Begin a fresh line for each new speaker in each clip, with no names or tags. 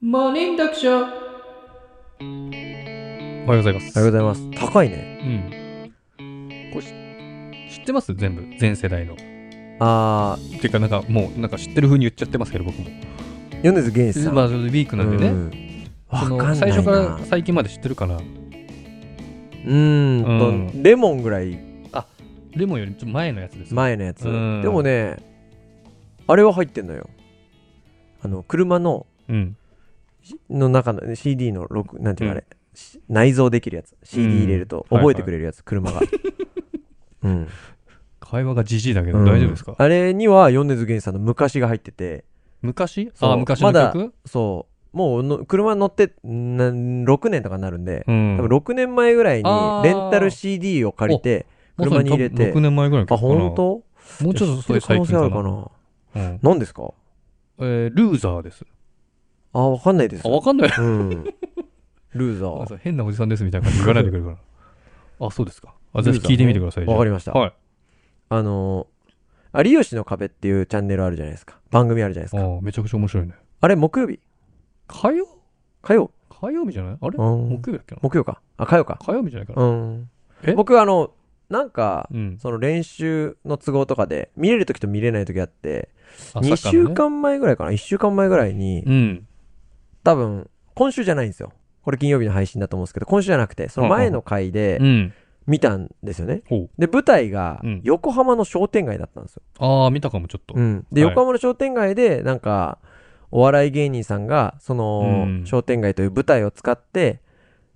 マネン読書
おはようございま
あ
す。
りがとうございます。高いね。
うん。これし知ってます全部。全世代の。っ
あ
ていうか、なんかもう、なんか知ってる風に言っちゃってますけど、僕も。
ー、米津玄師さん。
まあ、ウィークなんでね。
うんわ
そ
か
の
んないな。
最初から最近まで知ってるから、
うーんと、
う
レモンぐらい
レモンよりちょっと前のやつです。
前のやつ。で
うん
もね、あれは入ってんのよ。あの、車の、
うん。
の中の CD の録、なんていうかあ
うん
れ、し内蔵できるやつ。
うん
CD 入れると
はいはい
覚えてくれるやつ、車が。うん。
会話がじじいだけど、
うん
大丈夫ですか
あれには米津玄師さんの昔が入ってて、
昔
そう
あ、昔の
まだ
曲、
そう、もうの車乗ってなん6年とかになるんで、
うん。
多分6年前ぐらいに
あー
レンタル CD を借りて車に入れて
6年前ぐらいの
あ
曲かな。
本当
もうちょっとそれ
知ってる
最
可能
近
性あ
かな。
るかな
うん
何ですか
えールーザーです。
あわかんないです
あ、わかんない。
うん ルーザ
あ
ー
そう変なおじさんですみたいな感じで言わないでくれるから。 あ、そうですか。あ、ぜひ聞いてみてください。
わかり
まし
ました
はい。
あのー有吉の壁っていうチャンネルあるじゃないですか番組あるじゃないです
あ
か
ーめちゃくちゃ面白いね。
あれ木曜日
火曜
火曜
火曜日じゃないあれ
う
木
ん
曜日だっけな
木曜かあ火曜か
火曜日じゃないかな
うん
え
僕あのなんか
うん。
その練習の都合とかで見れる時と見れない時あって
あ
2
サッカー
週
のね
間前ぐらいかな1週間前ぐらいに
うん。
多分、今週じゃないんですよ。これ金曜日の配信だと思うんですけど、今週じゃなくて、その前の回で
うん。
見たんですよね。
ほう。
で、舞台が
うん
横浜の商店街だったんですよ。
ああ、見たかも、ちょっと。
うんで、
はい
横浜の商店街で、なんか、お笑い芸人さんが、その
う、ん
商店街という舞台を使って、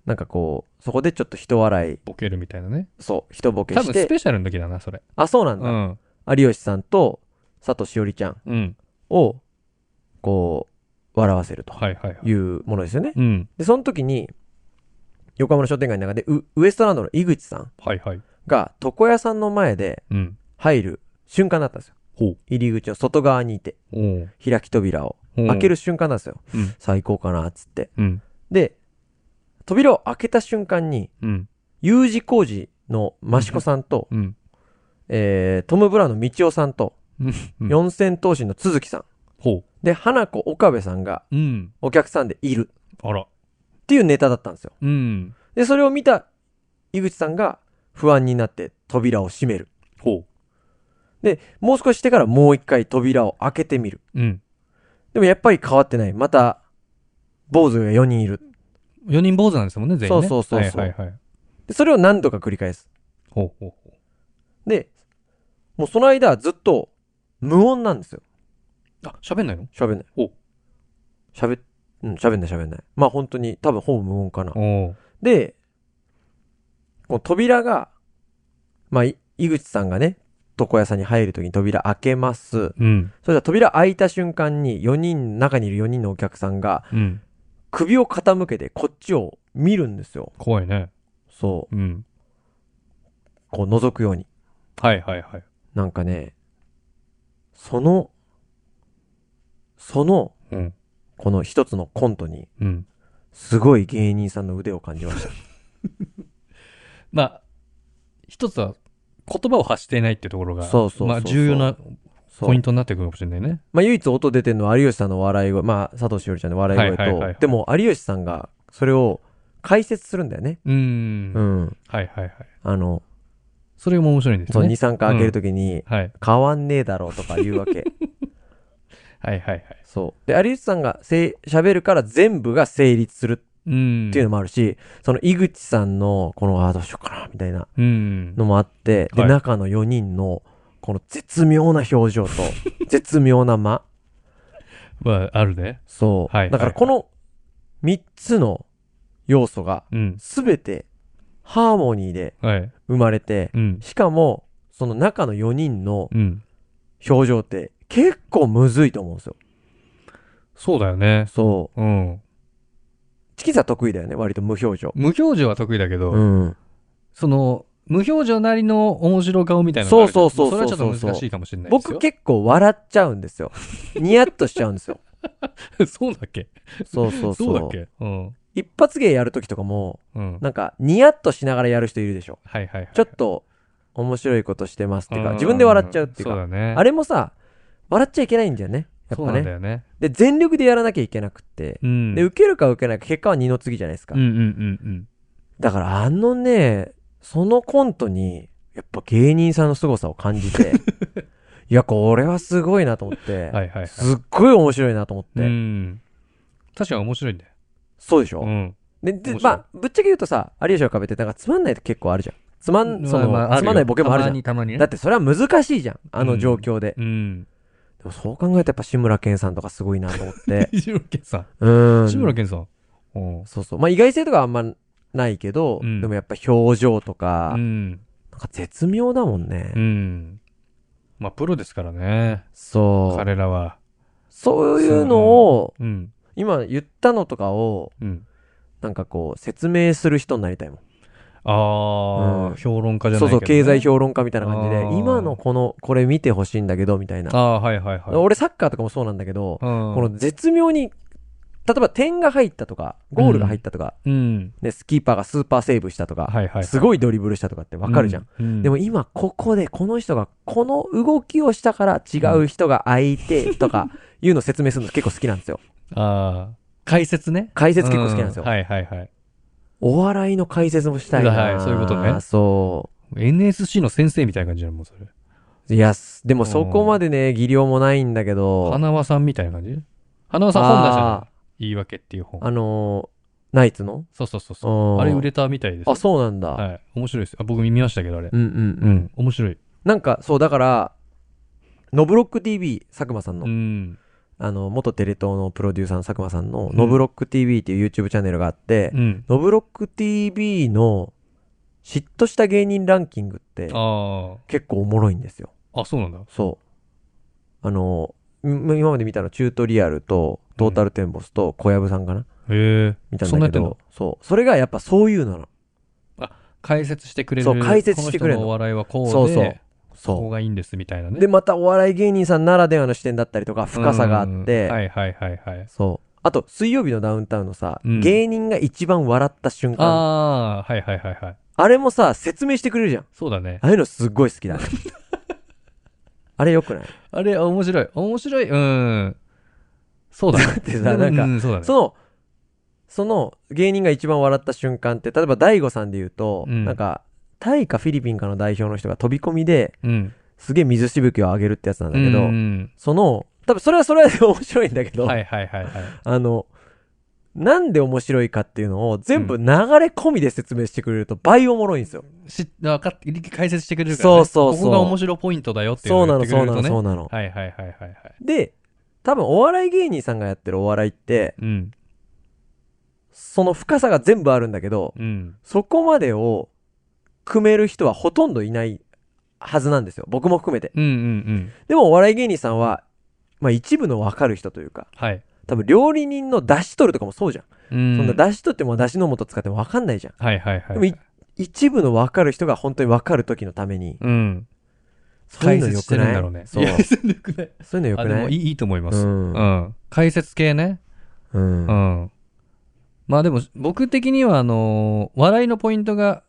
なんかこう、そこでちょっと人笑い、
ボケるみたいなね。
そう、人ボケ
多
し
分ス
て、
ペシャルの時だな、それ。
あ、そうなん
う
だ。
ん。
有吉さんと佐藤しおりちゃん
うん。
を、こう、笑わせると
はいはいはい。
いうものですよね。
うん。
で、その時に、横浜の商店街の中で、ウウエストランドの井口さん
はいはい。
が床屋さんの前で
うん。
入る瞬間だったんですよ。
ほう。
入り口の外側にいて、
おう
開き扉を
おう
開ける瞬間なんですよ。
うん
最高かな、っつって。
うん。
で、扉を開けた瞬間に、
うん。
U 字工事の益子さんと、
うん。
えー、トム・ブラウンの道夫さんと、
うん
四千頭身の都築さん、
ほ
で、花子岡部さんが
う。うん。
お客さんでいる
あら。
っていうネタだったんですよ。
うん。
で、それを見た井口さんが不安になって扉を閉める。
ほ
で、もう少ししてからもう一回扉を開けてみる。
う。うん。
でもやっぱり変わってない。また、坊主が4人いる。
4人坊主なんですもんね、全員ね。
そうそうそうそう
はいはいはい。
で、それを何度か繰り返す。
ほうほうほう。
で、もうその間はずっと無音なんですよ。
あ、喋んないの
喋んない。
お
喋っ、うん、喋んない喋んない。まあ本当に多分ほぼ無音かな。
おう。
で、この扉が、まあ、い井口さんがね、床屋さんに入るときに扉開けます。
うん。
そしたら扉開いた瞬間に4人、中にいる4人のお客さんが
うん。
首を傾けてこっちを見るんですよ。
怖いね。
そう。
うん。
こう覗くように。
はいはいはい。
なんかね、その、その、
うん。
この一つのコントに、
うん。
すごい芸人さんの腕を感じました。
まあ、一つは言葉を発していないってところが、
そうそうそうそう
まあ重要な
そう
ポイントになってくるかもしれないね。
まあ、唯一音出てるのは有吉さんの笑い声、まあ、佐藤しおりちゃんの笑い声と、
はいはいはいはい
でも有吉さんがそれを解説するんだよね。
うーん,、。
うんん。
はいはいはい。
あの、
それも面白いんです
そう、
ね。
2、3回開けるときに、
はい。
変わんねえだろうとか言うわけ。
はいはいはい。
そう。で、有吉さんがせい喋るから全部が成立する
うーん。
っていう
の
のもあるし、その井口さんの、この、あー、どうしようかな、みたいな。
うん。
のもあって、で、
はい
中の4人の、この絶妙な 表情と、絶妙な間。
まあ、あるね。
そう。
はい
だからこの3つの要素が、
うん。
すべてハーモニーで
はい。
生まれて
う、ん。
しかも、その中の4人の
うん。
表情って、結構むずいと思うんですよ。
そうだよね。
そう。
うん。
チキさん得意だよね、割と無表情。
無表情は得意だけど、
うん。
その、無表情なりの面白顔みたいなのがあるじゃん
そうそうそうそうそう
それはちょっと難しいかもしれないですよ。
僕結構笑っちゃうんです よ。ニヤッとしちゃうんですよ。
僕 そうだっけ
そうそう
そうだ
そ
っ
う。
けうん。
一発芸やるときとかも、
うん。
なんか、ニヤッとしながらやる人いるでしょ。
はいはいはい。
ちょっと、面白いことしてますっていう
う
か、
ん
自分で笑っちゃうっていう
そう
か、
だね。
あ
れ
れもさ、笑っちゃいけないんだよね。や
そ
っ
う
ぱ
なんだ
ね。
よね。
で、全力でやらなきゃいけなくって。
うん。
で、受けるか受けないか、結果は二の次じゃないですか。
うんうんうん
だからあのね、そのコントに、やっぱ芸人さんの凄さを感 じて、いや、これはすごいなと思って、
うん。はいはいはい。
すっごい面白いなと思って、
うん。確かに面白いんだよ。
そうでしょ、
うん。
でで
面白い
まあ、ぶっちゃけ言うとさ、有吉の壁ってなんかつまんないと結構あるじゃん。つまん、その、
まあまあ
つまんないボケもあるじゃ
たま
ん。
にたまにね
だってそれは難しいじゃん。あの状況で。
うん。
でもそう考えたらやっぱ志村けんさんとかすごいなと思 って。
志村けんさん。
うん。
志村けんさん。うん。
そうそう。まあ意外性とかあんまないけど、
うん
でもやっぱ表情とか、
うん。
なんか絶妙だもんね。
うん。まあ、プロですからね。
そう。
彼らは。
そういうのを、
うん。
今言ったのとかを、
うん。
なんかこう、説明する人になりたいもん。
あ
うん
あ、評論家じゃな
そ
いうけど
そう、
ね
経済評論家みたいな感じで
あ、ー
今のこの、これ見てほしいんだけど、みたいな。
ああー、はいはいはい。
俺サッカーとかもそうなんだけど、
うん、
この絶妙に、例えば点が入ったとか、ゴールが入ったとか、
うん。
ね、スキーパーがスーパーセーブしたとか、
はいはい。
すごいドリブルしたとかってわかるじゃん。
うん。うん
でも、今ここでこの人がこの動きをしたから違う人が相 手とかいうのを説明するの結構好きなんですよ。
ああ、解説ね。
解説結構好きなんですよ
う。はいはいはい。
お笑いの解説もしたいな。
はいそういうことね
そ
NSC の先生みたいな感じなのもうそれ。
う。いや、すでもそこまでね、技量もないんだけど、
花輪さんみたいな感じ花輪さん本出したの言い訳っていう本。
あのーナイツの
そうそうそう
う
そう。
ん
あれ売れたみたいです。
あ、そうなんだ。
はい。面白いです。あ僕見ましたけど、あれ。
うんうん
う
うん。
ん。面白い。
なんか、そう、だから、ノブロック TV、佐久間さんの、
うん。
あの、元テレ東のプロデューサーの佐久間さんの、
うん
ノブロック TV っていう YouTube チャンネルがあって、
うん。
ノブロック TV の嫉妬した芸人ランキングって
あ
結構おもろいんですよ。
あ。あ、そうなんだ。
そう。あの、ん今まで見たのチュートリアルとトータルテンボスと小籔さんかな
へえ。
見たん
そんなやって
だけ
ん
ど
の、
そう。それがやっぱそういうのなの。
解説してくれる。
そう解説してくれる
この人の
の
お笑いはこうで、
そうそう
ここ
そ
がいいんですみたいな
う。
ね。
で、またお笑い芸人さんならではの視点だったりとか深さがあっ
うん
て、
はいはいはいはい。
そう。あと、水曜日のダウンタウンのさ、
うん
芸人が一番笑った瞬間。
ああ、はいはいはいはい。
あれもさ、説明してくれるじゃん。
そうだね。
ああいうのすっごい好 きだね。あれよくない
あれ、面白い。面白い。うん。そうだね。
ってさ、なんか
う、ん、そうだね。
その、その芸人が一番笑った瞬間って、例えば大悟さんで言うと、
うん
なんか、タイかフィリピンかの代表の人が飛び込みで
うん。
すげえ水しぶきを上げるってやつなんだけど、
うん
その、多分それはそれはで面白いんだけど、
はいはいはいはい。
あの、なんで面白いかっていうのを全部
う
流れ込みで説明してくれると倍おもろいんですよ。
し、分かって、解説してくれるから、ね。
そうそうそう
ここが面白ポイントだよっていう
そうな
を
の、
言ってく
そ
れ
う
るとね。
なの、そうなの。
はいはいはいはいはい。
で、多分お笑い芸人さんがやってるお笑いって、
うん。
その深さが全部あるんだけど、
うん。
そこまでを組める人はほとんどいないはずなんですよ。僕も含めて。
うんうんうん。
でもお笑い芸人さんは、まあ一部のわかる人というか、
はい。
多分料理人の出汁取るとかもそうじゃん。
うん。
そんな出汁取っても出汁の素使ってもわかんないじゃん。
はいはいはい。
でもい一部のわかる人が本当にわかる時のために、
うん。
そうい
解
う
説
の良
して
く
る
なんい
だろうね。
そう
いや、全然良くない。
そういうの良
あ、
く
で
な
もい
い
い、いいと思いま
う
す。
ん
うん。解説系ね。
うん
う。ん。まあでも、僕的には、あのー笑いのポイントが、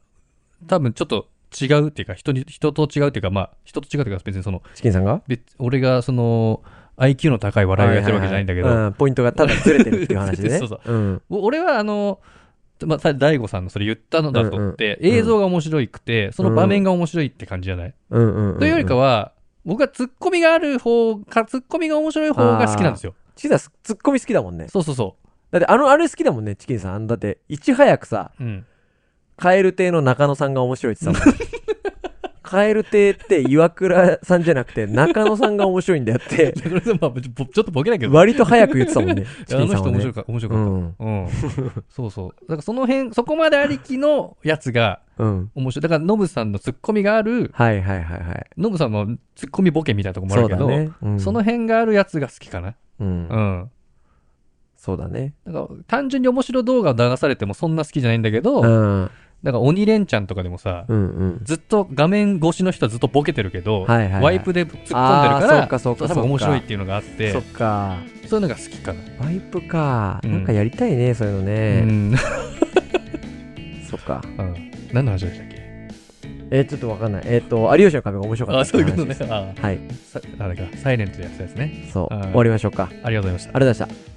多分ちょっと違うっていうか、人に、人と違うっていうか、まあ、人と違うっていうか、別にその、
チキンさんが
別、俺がその、IQ の高い笑いをやってるわけじゃないんだけど、
はははうんポイントがただずれてるっていう話でね。
そうそう
うん。
お俺はあの、まあ、さ大悟さんのそれ言ったのだとって、
うんうん
映像が面白くて、その場面が面白いって感じじゃない、
うんうんうん。
というよりか
は、
は、僕はツッコミがある方か、ツッコミが面白い方が好きなんですよ。
チキンさんツッコミ好きだもんね。
そうそうそ
だってあの、あれ好きだもんね、チキンさん。あのだって、いち早くさ、
う。うん。
カエル亭の中野さんが面白いって言って たもん。カエル亭って岩倉さんじゃなくて中野さんが面白いんだよって、
それでまあ、ぼちょっとボケだけど、
割と早く言ってたもんね。チ
いやあ
キン
の
さん
人
は
面
ね
白。か面白
う
かっ
ん。
た。うん。 そうそう。だからその辺、そこまでありきのやつが
うん。
面白い。だからノブさんのツッコミがある、
はいはいはいはい。
ノブさんのツッコミボケみたいなとこもあ
そ
る
う
け
だ
ど、
ね。うん
その、辺があるやつが好きかな。
うん
う。ん。
そうだね。
だから単純に面白動画を流されてもそんな好きじゃないんだけど、
う
だか
ん。うん
ら鬼レンチャンとかでもさ、
うん。
ずっと画面越しの人はずっとボケてるけど、
はいはいはい
ワイプで突っ込んでるから、
あーそっかそっかそっか
多分面白いっていうのがあって、
そ
そ
っか。
ういうのが好きかな。
ワイプか。
うん
なんかやりたいね、そういうの
う
ね。
ん。
そっか。
うん何の話でしたっけ
ええーちょっとわかんない。えっ、と、有吉の壁が面白かった。
あ、そういうことね。。あ
はい。
ーさあれか、サイレントでやったやつね。
そう。
うん
終わりましょうか。ありがと
ありがとうございました。
うございました。